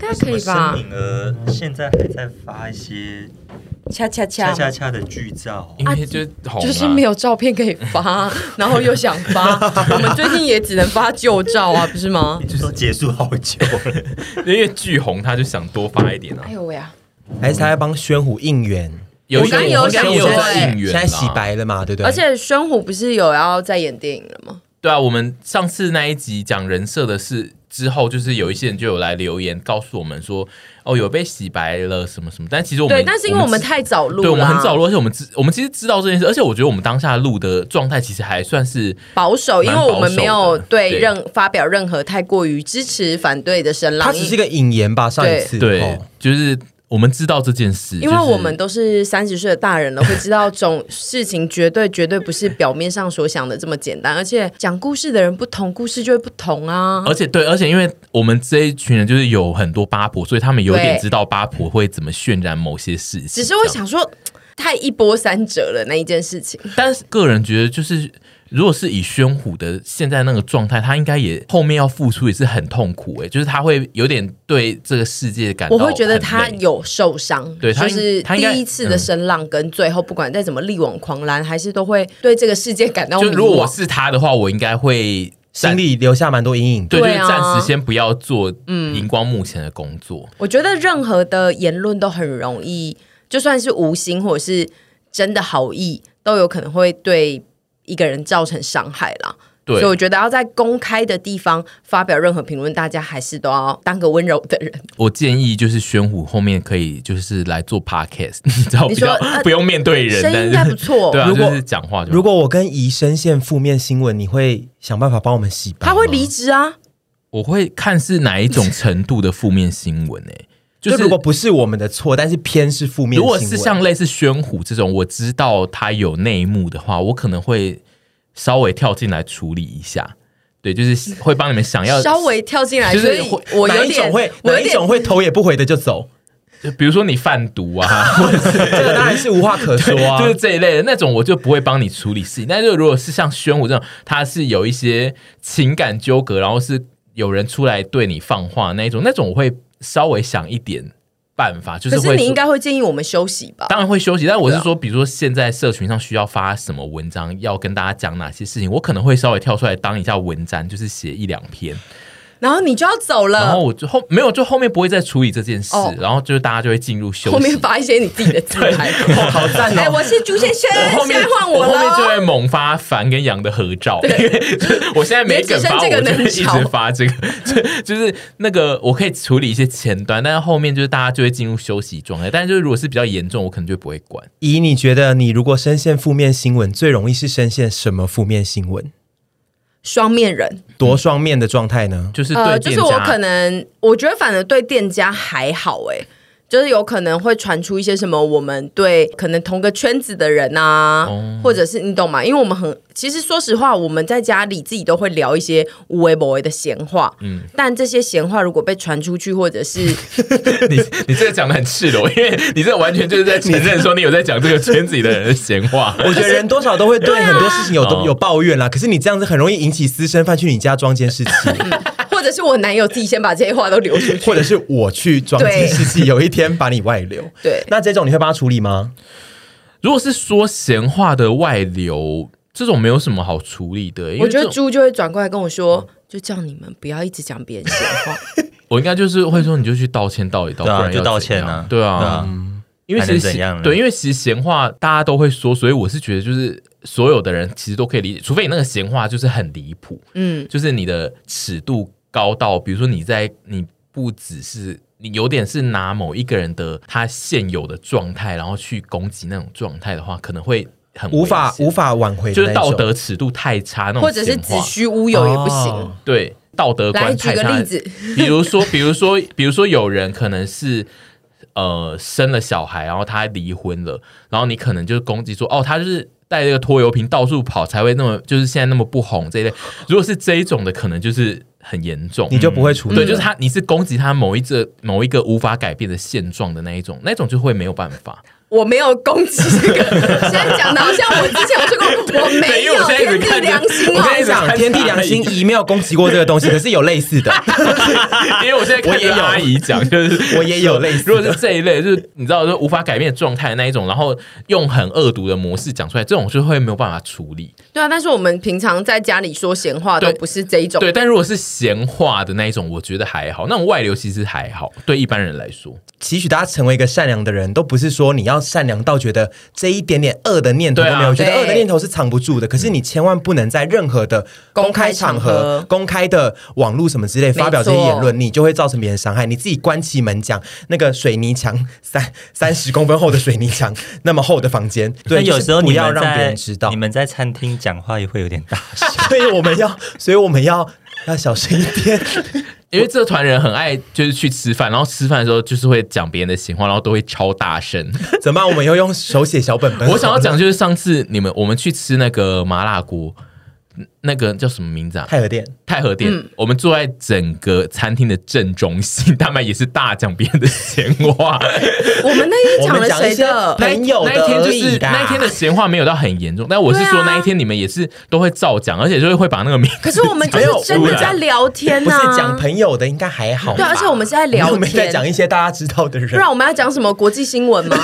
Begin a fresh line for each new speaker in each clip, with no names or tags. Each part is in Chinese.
该可以吧
什么申？颖儿现在还在发一些
恰恰
恰
恰，
恰恰的剧照，
因为就是红、啊，
就是没有照片可以发，然后又想发，我们最近也只能发旧照啊，不是吗？
你就说结束好久 了，
因为剧红，他就想多发一点啊
哎。呦喂啊！
还是他要帮宣虎应援？
有
我刚有
些
想呃
也有
过
在
哎
应援
现
啦，
在洗白了嘛，对不对？
而且宣虎不是有要再演电影了吗？
对啊，我们上次那一集讲人设的事之后，就是有一些人就有来留言告诉我们说，哦，有被洗白了什么什么，但其实我们
对，但是因为我们太早录了啊，
对我们很早录，而且我们知我们其实知道这件事，而且我觉得我们当下录的状态其实还算是
保守，因为我们没有
蛮保守的
对
对
任发表任何太过于支持、反对的声浪。
他只是个引言吧，上一次
对，
哦
就是我们知道这件事，
因
就
为
是
我们都是三十岁的大人了，会知道这种事情绝对绝对不是表面上所想的这么简单。而且讲故事的人不同，故事就会不同啊。
而且对，而且因为我们这一群人就是有很多八婆，所以他们有点
对
知道八婆会怎么渲染某些事情。
只是我
这样，
想说，太一波三折了那一件事情。
但是个人觉得就是。如果是以宣虎的现在那个状态，他应该也后面要付出也是很痛苦诶、欸就是他会有点对这个世界感到
我
很累，
会觉得他有受伤，
对
就
他应
是
他
第
应该嗯
一次的声浪跟最后，不管再怎么力挽狂澜，还是都会对这个世界感到迷
就
惘。
如果我是他的话，我应该会
心
暂
里留下蛮多阴影。
对，就
对
是
啊
暂时先不要做荧光幕前的工作。
我觉得任何的言论都很容易，就算是无心或者是真的好意，都有可能会对一个人造成伤害啦。
对
所以我觉得要在公开的地方发表任何评论，大家还是都要当个温柔的人。
我建议就是宣虎后面可以就是来做 podcast，你 知道
你
比
说
较
呃
不用面对人，
声音
但
应
是
该不错
对啊，
如果
就是讲话就好
如果我跟怡深陷负面新闻，你会想办法帮我们洗白吗？
他会离职啊，
我会看是哪一种程度的负面新闻诶、欸就
就是如果不是我们的错，但是偏是负面新闻，
如果是像类似宣虎这种，我知道他有内幕的话，我可能会稍微跳进来处理一下。对，就是会帮你们想要
稍微跳进来，
就是
所以
会
我
哪
有
一
点，
种会
我
哪
有
一
点
种会头也不回的 就走，
就比如说你贩毒啊，或者是
这个当然是无话可 说啊。
就是这一类的那种，我就不会帮你处理事情。但是如果是像宣武这种，他是有一些情感纠葛，然后是有人出来对你放话那一种，那种我会稍微想一点办法，就是
可
会
是你
说
应该会建议我们休息吧？
当然会休息，但我是
啊
说，比如说现在社群上需要发什么文章，要跟大家讲哪些事情，我可能会稍微跳出来当一下文章，就是写一两篇，
然后你就要走
然后
了，
我就后没有，就后面不会再处理这件事，
呃哦
然后就是大家就会进入休息。
后面发一些你自己的 自拍。
好赞
哎，
哦！
我是朱先生，
我后
现
面
在换我
后
了
面
哦。
就会猛发凡跟杨的合照，因为就是 我现在没梗发，
也只剩这个
我就
能
会一直
找
发这个， 就就是那个我可以处理一些前端，但是后面就是大家就会进入休息状态。但是就是如果是比较严重，我可能就不会管。
怡，你觉得你如果深陷负面新闻，最容易是深陷什么负面新闻？
双面人，
多双面的状态呢？
就是
呃，就
对店
是
家，啊
我可能，我觉得反正对店家还好、欸，就是有可能会传出一些什么我们对可能同个圈子的人啊，
哦
或者是你懂吗？因为我们很，其实说实话，我们在家里自己都会聊一些无为不为的闲话，嗯，但这些闲话如果被传出去，或者是
你你这个讲的很赤裸，因为你这完全就是在承认说你有在讲这个圈子里的人的闲话。
我觉得人多少都会对
啊
很多事情有
哦
有抱怨啦，可是你这样子很容易引起私生饭去你家装监 视器，
或者是我男友自己先把这些话都流出去，
或者是我去装监视器，有一天把你外流。
对
那这种你会帮他处理吗？
如果是说闲话的外流，这种没有什么好处理的。因为
我觉
这
得
种
猪就会转过来跟我说，就叫你们不要一直讲别人闲 话。
我应该就是会说，你就去道歉道一道，
对啊
哦不然要
就道歉
怎样
啊
对
对啊
啊，，因为
还
其实
能怎样呢
对，因为其实闲话大家都会说，所以我是觉得就是所有的人其实都可以理解，除非你那个闲话就是很离谱，
嗯，
就是你的尺度高到，比如说你在你不只是你有点是拿某一个人的他现有的状态，然后去攻击那种状态的话，可能会很
无法
危险
无法挽回的
就
那
是
一种，
道德尺度太差那种闲话，
或者是子虚乌有也不行。
哦
对道德
来
观
举
太
个
差
例。子，
比如说， 比如说，比如说，有人可能是呃生了小孩，然后他离婚了，然后你可能就是攻击说，哦，他就是带这个拖油瓶到处跑，才会那么就是现在那么不红这一类。如果是这一种的，可能就是很严重。
你就不会处理。
嗯对，就是 他，你是攻击他某一个某一个无法改变的现状的那一种，那一种就会没有办法。
我没有攻击这 个，现在讲的好像我之前有去过，我没
没
有
有我现在
天
一直
地
看着
良心
我现在
我
一
跟你
直
哦。
讲，天地良心姨没有攻击过这个东西，可是有 类似的。
因为我现在
我
看
也有
着阿姨讲，就是
我也有类似的
如果是这一类，就是你知道，就无法改变的状态的那一种，然后用很恶毒的模式讲出来，这种就会没有办法处理。
对啊，但是我们平常在家里说闲话都
对
不是这一种，
对，但如果是闲话的那一种，我觉得还好，那种外流其实还好，对一般人来说，
期许大家成为一个善良的人，都不是说你要善良到觉得这一点点恶的念头都
对啊
没有，我觉得
对
恶的念头是藏不住的。可是你千万不能在任何的
公
公
开
开
场
场
合
合、公开的网络什么之类
错
发表这些言论，你就会造成别人伤害。你自己关起门讲那个水泥墙三三十公分厚的水泥墙， 那么厚的房间，对，
但有
就是
时候
不
你
要
们
让别
在
人知 道
你。们在餐厅讲话也会有点大声。
所以我们要，所以我们要要小心一点。
因为这团人很爱就是去吃饭，然后吃饭的时候就是会讲别人的闲话，然后都会超大声。
怎么办？我们要用手写小本本。
我想要讲就是上次你们我们去吃那个麻辣锅，那个叫什么名字啊？
太和殿，
太和殿，
嗯
我们坐在整个餐厅的正中心， 他们也是大讲别人的闲话。
我们那天
我
讲了
们讲一
谁
些
的？
朋友的
那一天就
而已
是
的
那一天的闲话没有到很严重，但我是
对
说
啊
那一天你们也是都会照讲，而且就是会把那个名字
可是我们就是真的在聊天
不
呐、
是
啊，
讲朋友的，应该还好吧。
对，而且我们是在
我
聊
们在讲
天，啊
一些大家知道 的人，
不然我们要讲什么国际新 闻吗？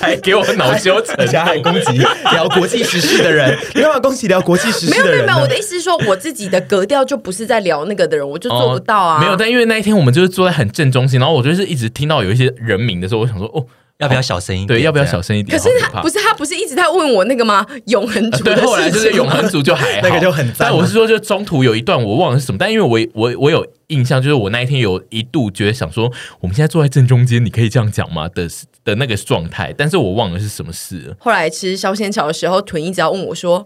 还给我恼羞成
而且还
怒。
攻击聊国际时事 的人，你干嘛攻击聊国际时
没
事
有没
的
有
人
没
呢？
有，我的意思是说，我自己的格调就不是在聊那个的人，我就做不到啊。
哦没有，但因为那一天我们就是坐在很正中心，然后我就是一直听到有一些人名的时候，我想说哦，
要不要小声一点？
对，要不要小
声？
声一点？
可是
好
他
怕
不是他不是一直在问我那个吗？永恒
呃
主
对，
的
后来
事
就是
情
永
吗，
恒族就还好，
那个就很赞啊
但我是说，就中途有一段我忘了是什么，但因为我我我有印象，就是我那一天有一度觉得想说，我们现在坐在正中间，你可以这样讲吗的的那个状态，但是我忘了是什么事了。
后来吃烧仙草的时候，屯一直要问我说：“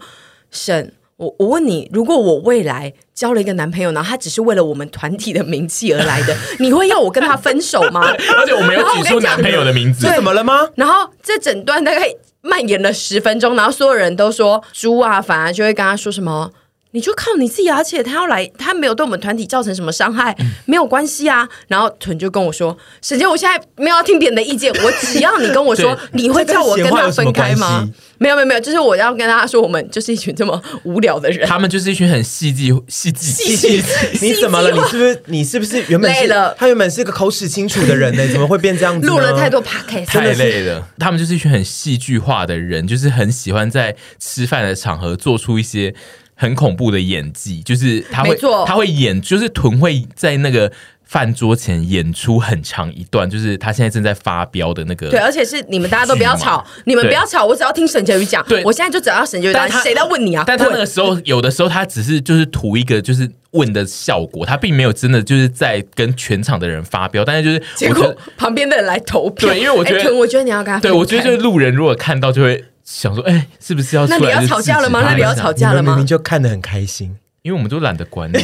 沈，我我问你，如果我未来交了一个男朋友，然后他只是为了我们团体的名气而来的，你会要我跟他分手吗？”
而且我没有
然后我
举
跟
出
你讲
男朋友的 名字
这，怎么了吗？
然后这整段大概蔓延了十分钟，然后所有人都说猪啊，反而就会跟他说什么。你就靠你自己、啊，而且他要来，他没有对我们团体造成什么伤害，没有关系啊。然后屯就跟我说：“沈姐，我现在没有要听别人的意见，我只要你跟我说，你会叫我跟他分开
这跟闲话有什么
吗
关系？”
没有，没有，没有，就是我要跟他说，我们就是一群这么无聊的人。
他们就是一群很戏剧戏剧
戏
你怎么了？你
戏剧化
是不是你是不是原本是
累了
他原本是个口齿清楚的人呢， 怎么会变这样子呢？
录了太多 podcast，
太累了，他们就是一群很戏剧化的人，就是很喜欢在吃饭的场合做出一些很恐怖的演技，就是他
没
会
错
他会演，就是屯会在那个饭桌前演出很长一段，就是他现在正在发飙的那个。
对，而且是你们大家都不要吵，你们不要吵，我只要听沈杰宇讲
对。
我现在就只要沈杰宇讲
但，他
谁在问你啊？
但他
滚
那个时候，有的时候他只是就是图一个就是问的效果，他并没有真的就是在跟全场的人发飙，但是就是
结
我觉得
果旁边的人来投票，
对因为我觉得
哎屯我觉得你要跟他分开，
对，我觉得就是路人如果看到就会想说，哎、是不是要出
那
来
你要
就
吵
制
架
止
了吗？
他
那你
一
要
下
吵
你
架了
们明
吗
明？就看得很开心，
因为我们都懒得 管你，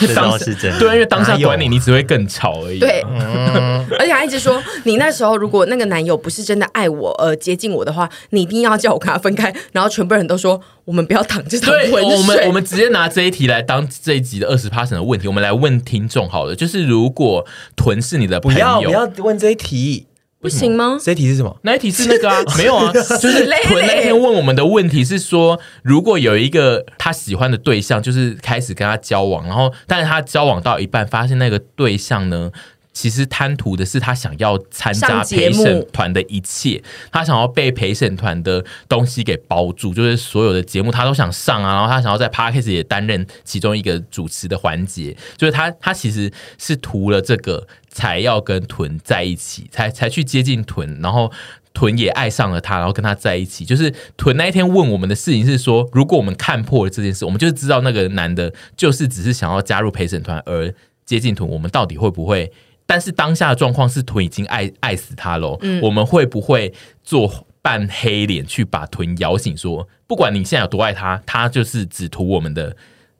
这
当
倒
下
是真的
对，因为当下
哪有啊
管你，你只会更吵而已。
对，， 而且他一直说，你那时候如果那个男友不是真的爱我，呃，接近我的话，你一定要叫我跟他分开。然后全部人都说，我们不要淌这趟
对，哦
浑水。
我们我们直接拿这一题来当这一集的二十 p a 的问题，我们来问听众好了，就是如果屯是你的
不
朋
要不
友，
要问这一题，
不行吗？
这一题是什么？
那一题 是那个啊，没有啊，就是
累
屯那
累
天问我们的问题是说，如果有一个他喜欢的对象，就是开始跟他交往，然后但是他交往到一半，发现那个对象呢。其实贪图的是他想要参加
上节
陪
目
审团的一切，他想要被陪审团的东西给包住，就是所有的节目他都想上啊，然后他想要在 p a r k a s 也担任其中一个主持的环节，就是他他其实是图了这个才要跟屯在一起，才才去接近屯，然后。屯也爱上了他，然后跟他在一起。就是屯那一天问我们的事情是说，如果我们看破了这件事，我们就知道那个男的就是只是想要加入陪审团而接近屯，我们到底会不会？但是当下的状况是屯已经爱爱死他喽，
嗯
我们会不会做扮黑脸去把屯摇醒说不管你现在有多爱他，他就是只图我们的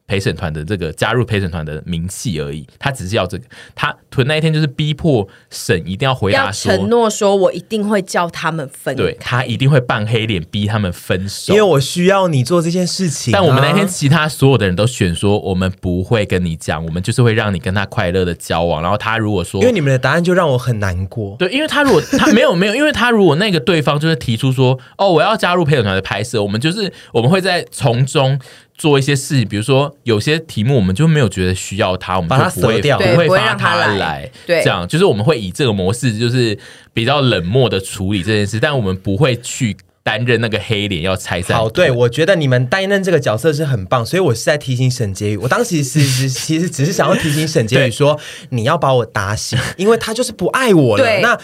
陪审团的这个加入陪审团的名气而已，他只是要这个。他屯那一天就是逼迫审一定要回答
要
说，
承诺说我一定会叫他们分
对
开。
他一定会扮黑脸逼他们分手。
因为我需要你做这件事情啊、
但我们那天其他所有的人都选说，我们不会跟你讲，我们就是会让你跟他快乐的交往。然后他如果说，
因为你们的答案就让我很难过。
对，因为他如果他没有没有，因为他如果那个对方就是提出说，哦，我要加入陪审团的拍摄，我们就是我们会在从中做一些事情，比如说有些题目我们就没有觉得需要他，我们
把它
就不会
舍掉
不
对
会
不会
发
让他来
来，
对
这样就是我们会以这个模式就是比较冷漠的处理这件事，但我们不会去担任那个黑脸要拆散。
好，对，我觉得你们担任这个角色是很棒，所以我是在提醒沈婕妤。我当时其实其实只是想要提醒沈婕
对
妤说，你要把我打醒，因为他就是不爱我了。
对
那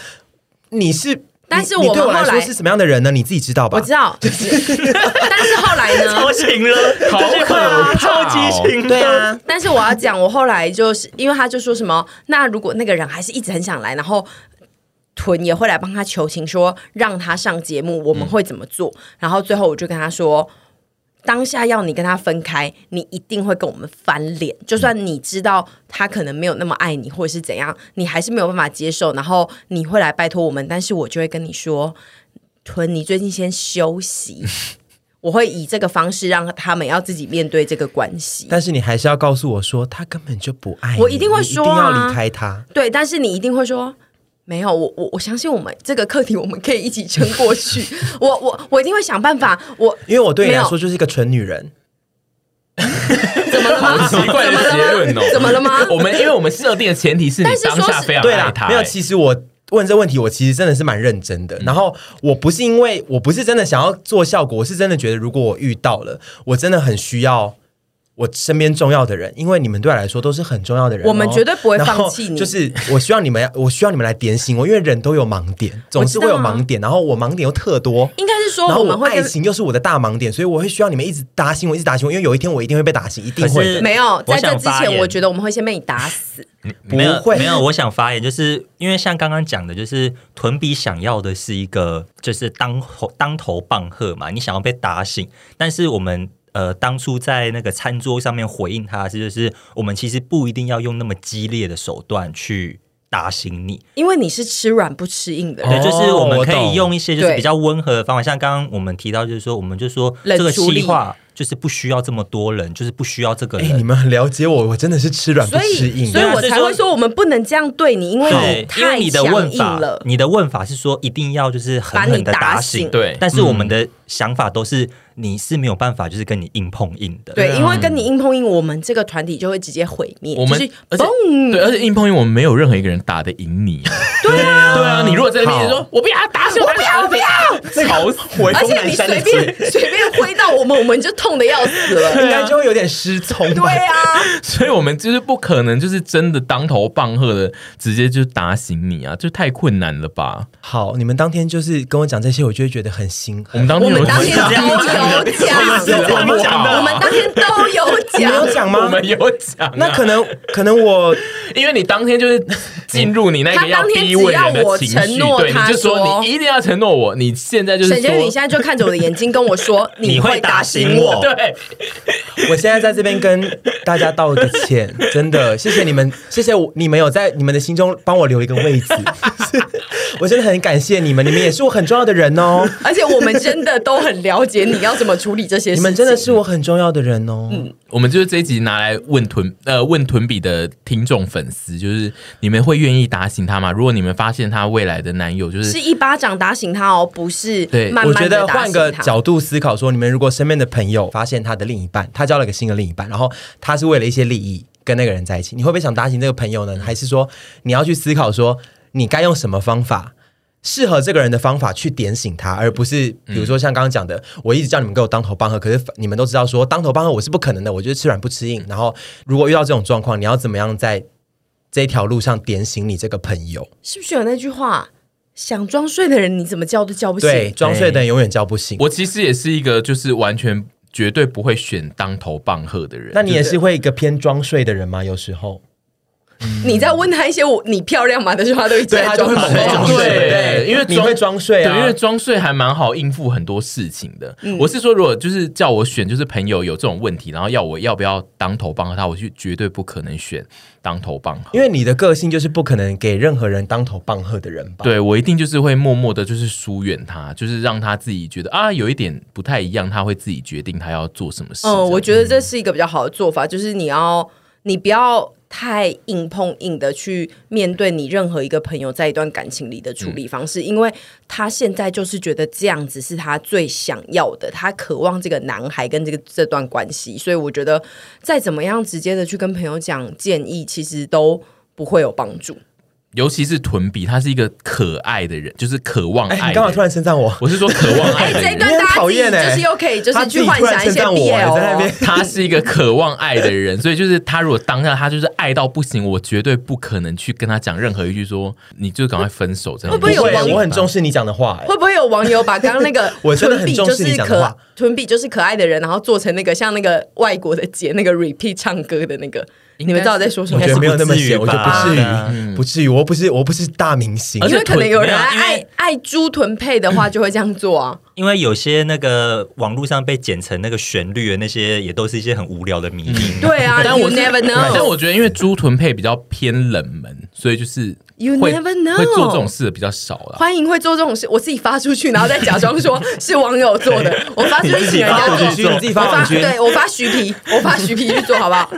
你是，
但是
你你
我们
对我来
后
说
来
是什么样的人呢？你自己知道吧
我？知道， 但是后来 呢？
情了，
好
这句话
可怕哦
超级情
对啊，
但是我要讲，我后来就是因为他就说什么，那如果那个人还是一直很想来，然后。屯也会来帮他求情，说让他上节目，我们会怎么做？然后最后我就跟他说，当下要你跟他分开，你一定会跟我们翻脸。就算你知道他可能没有那么爱你，或者是怎样，你还是没有办法接受。然后你会来拜托我们，但是我就会跟你说，屯，你最近先休息。我会以这个方式让他们要自己面对这个关系。
但是你还是要告诉我说，他根本就不爱你，
我一定会说啊
你一定要离开他。
对，但是你一定会说。没有，我我我相信我们这个课题，我们可以一起撑过去。我我我一定会想办法。我
因为我对你
没
来
有
说就是一个蠢女人，
怎么了吗？
奇怪的结论哦，
怎么了吗？
我们因为我们设定的前提是你
但是说
当下非常
对
爱
啦
他，，
没有。
欸
其实我问这问题，我其实真的是蛮认真
嗯
的。然后我不是因为我不是真的想要做效果，我是真的觉得如果我遇到了，我真的很需要。我身边重要的人，因为你们对我来说都是很重要的人哦、
我们绝对不会放弃你
然后就是我希望你们，我需要你们来点醒我，因为人都有盲点，总是会有
我知道啊
盲点。然后我盲点又特多，
应该是说
然后
我们会
爱
跟
情又是我的大盲点，所以我会需要你们一直打醒我，一直打醒我，因为有一天我一定会被打醒，一定
可
会
是
的。
没有在
我
这
想
之
发
前，
言
我觉得我们会先被你打死。
不
没有
会
没有，我想发言，就是因为像刚刚讲的，就是屯比想要的是一个就是当头当头棒喝嘛，你想要被打醒，但是我们。呃，当初在那个餐桌上面回应他是，就是我们其实不一定要用那么激烈的手段去打醒你，
因为你是吃软不吃硬的人，
对，就是我们可
我懂
以用一些就是
对
比较温和的方法，像刚刚我们提到，就是说我们就说
冷
这个
处理
计划就是不需要这么多人，就是不需要这个
哎、
人
你，们很了解我，我真的是吃软不
所
吃
以
硬。
所以我才会说我们不能这样对你，因为
对，因
太
为你的
强
问
硬
法
了，。
你的问法是说一定要就是狠狠的
把你打
醒
醒，
对
但是我们
嗯
的想法都是你是没有办法就是跟你硬碰硬的，
对，因为跟你硬碰硬，我们这个团体就会直接毁灭。
我们
就是
而且对，而且硬碰硬，我们没有任何一个人打得赢你啊。对啊，
嗯
对啊，你如果在那边说，我不要打死，我不要，我不要，吵死我！
回
而且你随
啊
便 随便挥到我们，我们就痛的要死了。
应该就会有点失聪吧
啊对。啊，
所以我们就是不可能，就是真的当头棒喝的，直接就打醒你啊，就太困难了吧？
好，你们当天就是跟我讲这些，我就会觉得很心
我
寒。
们当
我
天
们
有啊
当天都有
是
讲，
这样讲
我们当天都有
你
讲
们有。讲
我
吗？
们有讲啊，
那可能可能我
因为你当天就是进入你那个
他
要
当天
逼问人
只
的情
要我
绪，
承诺
对，你
他
就说
说
你一定要承诺我，你现在就是
沈
说
杰宇，你现在就看着我的眼睛跟我 说，
你
会
会
打
打
醒
醒
我。
我，
对，
我现在在这边跟大家道个 歉，真的谢谢你们，谢谢我你们有在你们的心中帮我留一个 位置，我真的很感谢你们，你们也是我很重要的人哦，
而且我们真的都很了解你要怎么处理这些事情。
你们真的是我很重要的人哦。
我们就是这一集拿来问屯呃问屯比的听众粉丝，就是你们会愿意打醒他吗？如果你们发现他未来的男友就是是
一巴掌打醒他哦，不是
对
慢
我
慢
觉
的
得
打
换
醒
个
他。
角度思考说，你们如果身边的朋友发现他的另一半，他交了个新的另一半，然后他是为了一些利益跟那个人在一起，你会不会想打醒这个朋友呢？还是说你要去思考说，你该用什么方法？适合这个人的方法去点醒他，而不是比如说像刚刚讲的，我一直叫你们给我当头棒喝，可是你们都知道说当头棒喝我是不可能的，我就是吃软不吃硬。然后如果遇到这种状况，你要怎么样在这条路上点醒你这个朋友？
是不是有那句话？想装睡的人，你怎么叫都叫不
对，
醒。
装睡的人永远叫不醒。
我其实也是一个就是完全绝对不会选当头棒喝的人。
那你也是会一个偏装睡的人吗？有时候
你在问他一些我你漂亮吗的时候，他都一直
对
在
他就会
装
马上
睡。
装
对
睡，
因为
你
装
会装睡啊，嗯
对，因为装睡还蛮好应付很多事情的。我是说，如果就是叫我选，就是朋友有这种问题，然后要我要不要当头棒喝他，我去绝对不可能选当头棒喝。
因为你的个性就是不可能给任何人当头棒喝的人吧？
对我一定就是会默默的，就是疏远他，就是让他自己觉得啊，有一点不太一样，他会自己决定他要做什么事。
哦
嗯，我
得
觉得这是一个比较好的做法，就是你要你不要太硬碰硬的去面对你任何一个朋友在一段感情里的处
嗯
理方式，因为他现在就是觉得这样子是他最想要的，他渴望这个男孩跟这个这段关系，所以我觉得再怎么样直接的去跟朋友讲建议，其实都不会有帮助。
尤其是屯比，他是一个可爱的人，就是渴望
哎，
爱的
你干
人。
嘛突然称赞我？
我是说渴望爱
哎、
的
这一
人。
段大家自
你
己
很讨厌欸
就是又可以就是
他自
去
己
幻
突然
想一
称
些
赞我，哎
BL，哦、
在那边
他是一个渴望爱的人， 所以就是他如果当下他就是爱到不行，我绝对不可能去跟他讲任何一句说你就赶快分手这样。
会不会有
会
网友
我很重视你讲的话，哎
会不会有网友把刚刚那个
我真的很
臀比
重
就
视你
是
讲的话
可臀比就是可爱的人，然后做成那个像那个外国的姐那个 repeat 唱歌的那个，
应该是
你们知道我在说什
我
么
觉
吗
得？没有那么闲，
应
我
该
觉
是不
得不至
至于吧
于，嗯不至于，我不是我不是大明星
而且
因为可能有人
臀没有因
爱
为
爱猪臀配的话，就会这样做啊。
因为有些那个网络上被剪成那个旋律的那些，也都是一些很无聊的迷音。
对啊
但
，You
我是
never
但
know，
我觉得因为猪臀配比较偏冷门，所以就是
You
会
never know
会做这种事的比较少了。
欢迎会啊做这种事，我自己发出去，然后再假装说是网友做的，我发出去请人家
你
做，
自己发网军你自己
我对
发网军
我发徐皮，我发徐皮去做好不好？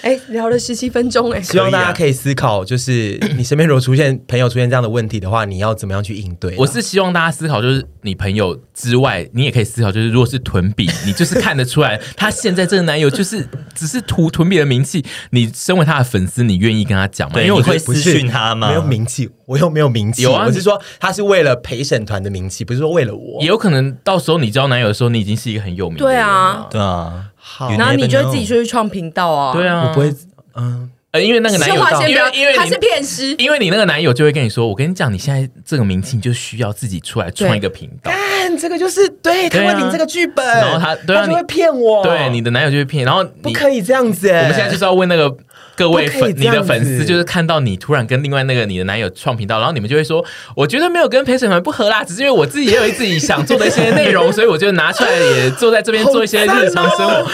哎，聊了十七分钟哎，
希望大家可以啊思考，就是你身边如果出现朋友出现这样的问题的话，你要怎么样去应对？啊
我是希望大家思考，就是你朋友之外，你也可以思考，就是如果是臀比，你就是看得出来，他现在这个男友就是只是图臀比的名气，你身为他的粉丝，你愿意跟他讲吗？
对
因为我
你
觉
会
得
私讯他吗
没有名气，我又没有名气，
有啊
我是说他是为了陪审团的名气，不是说为了我
也。有可能到时候你交男友的时候，你已经是一个很有名的
对
人
啊
了，
对啊，
好
You
然后你
never
就会
know
自己去创频道啊。
对啊，
我不会，嗯，
呃，因为那个男
先
友
话
到，
先
因
不要
为因为，
他
你
是骗师。
因为你那个男友就会跟你说，我跟你讲，你现在这个名气你就需要自己出来创一个频道。
看这个就是对，他
对啊
会领这个剧本，
然后他对啊
他就
你
会骗我，
对，你的男友就会骗你，然后
不
你，
可以这样子。
我
我
们现在就是要问那个各位
不可以
粉，
这
你
样子
的粉丝就是看到你突然跟另外那个你的男友创频道，然后你们就会说，我觉得没有跟陪审团不合啦，只是因为我自己也有自己想做的一些内容，所以我就拿出来也坐在这边做一些日常生 活。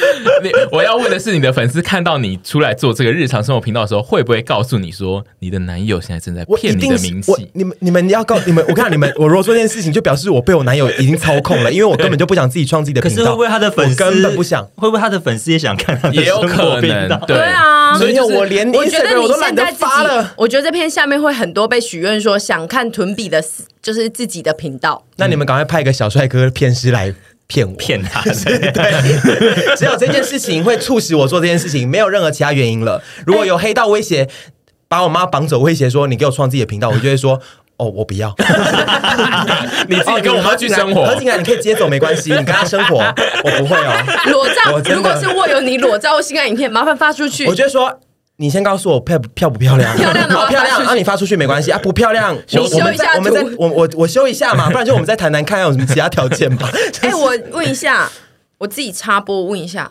你我要问的是，你的粉丝看到你出来做这个日常生活频道的时候，会不会告诉你说，你的男友现在正在
我一
骗你
定
的
是
名
我
气？
你们你们要告你们，我看你们，我如果做这件事情，就表示我被我男友已经操控了，因为我根本就不想自己创自己的
可
频
是
道。
会不会他的粉丝
我根本不想？
会不会他的粉丝也想看他的
也有
生活
可
频
能
道，
对
对啊
所以就
没有
是
我连
我觉得
Instagram 我
你
都懒
现
得
在自己
发了，。
我觉得这篇下面会很多被许愿说想看臀比的，就是自己的频道。
那你们赶快派一个小帅哥骗师来骗我，
骗他 对
只有这件事情会促使我做这件事情，没有任何其他原因了。如果有黑道威胁，把我妈绑走，威胁说你给我创自己的频道，我就会说。哦，我不 要。
你自己跟我妈去生活
何进来，你可以接走没关系，你跟他生活，我不会哦。
裸照
我，真的
如果是我有你裸照性爱影片，麻烦发出去
我。就会说，你先告诉我漂不漂不漂亮？
漂亮的话
好漂
发
亮，
出去
那、你发出去没关系啊，不漂亮，
修
我我们再
修一下
我们再
图
我我我修一下嘛，不然就我们再谈谈看有什么其他条件吧。
哎、我问一下，我自己插播问一下，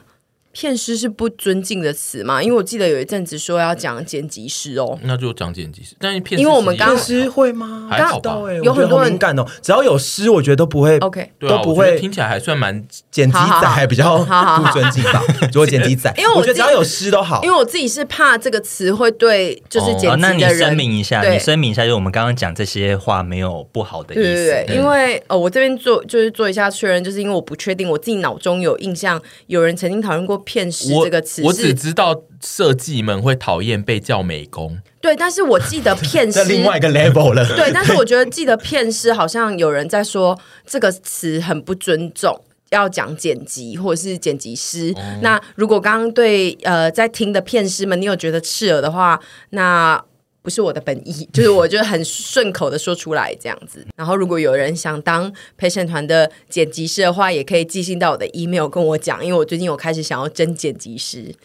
骗师是不尊敬的词吗？因为我记得有一阵子说要讲剪辑师哦，
那就讲剪辑师，但是骗
因为我们
司
刚
也
老
还好
师会吗？
还好吧
不知道欸
有很多人
我觉得好敏感哦，只要有诗，我觉得都不会
OK
对啊，
都不
我觉得
会
听起来还算蛮
剪辑
好
仔
好好
还比较
好好
不
好
尊敬吧。 如果剪辑仔，
因为我
我觉得
自
只
己
要有诗都好
因。为我自己是怕这个词会对就是剪
哦，那
辑
你
的人、
声明一下，
对
你声明一下，就是我们刚刚讲这些话没有不好的意
对对
思嗯
对，。因为呃，我这边做就是做一下确认，就是因为我不确定，我自己脑中有印象，有人曾经讨论过“骗师”
我
这个词
我
是
只，知道设计们会讨厌被叫美工，
对，但是我记得“ 骗
这
师”
另外一个 level 了，
对，但是我觉得记得“骗师”好像有人在说这个词很不尊重。要讲剪辑或者是剪辑师，那如果刚刚对呃在听的片师们，你有觉得刺耳的话，那不是我的本意，就是我就是很顺口的说出来这样子。然后如果有人想当陪审团的剪辑师的话，也可以寄信到我的 email 跟我讲，因为我最近有开始想要争剪辑师。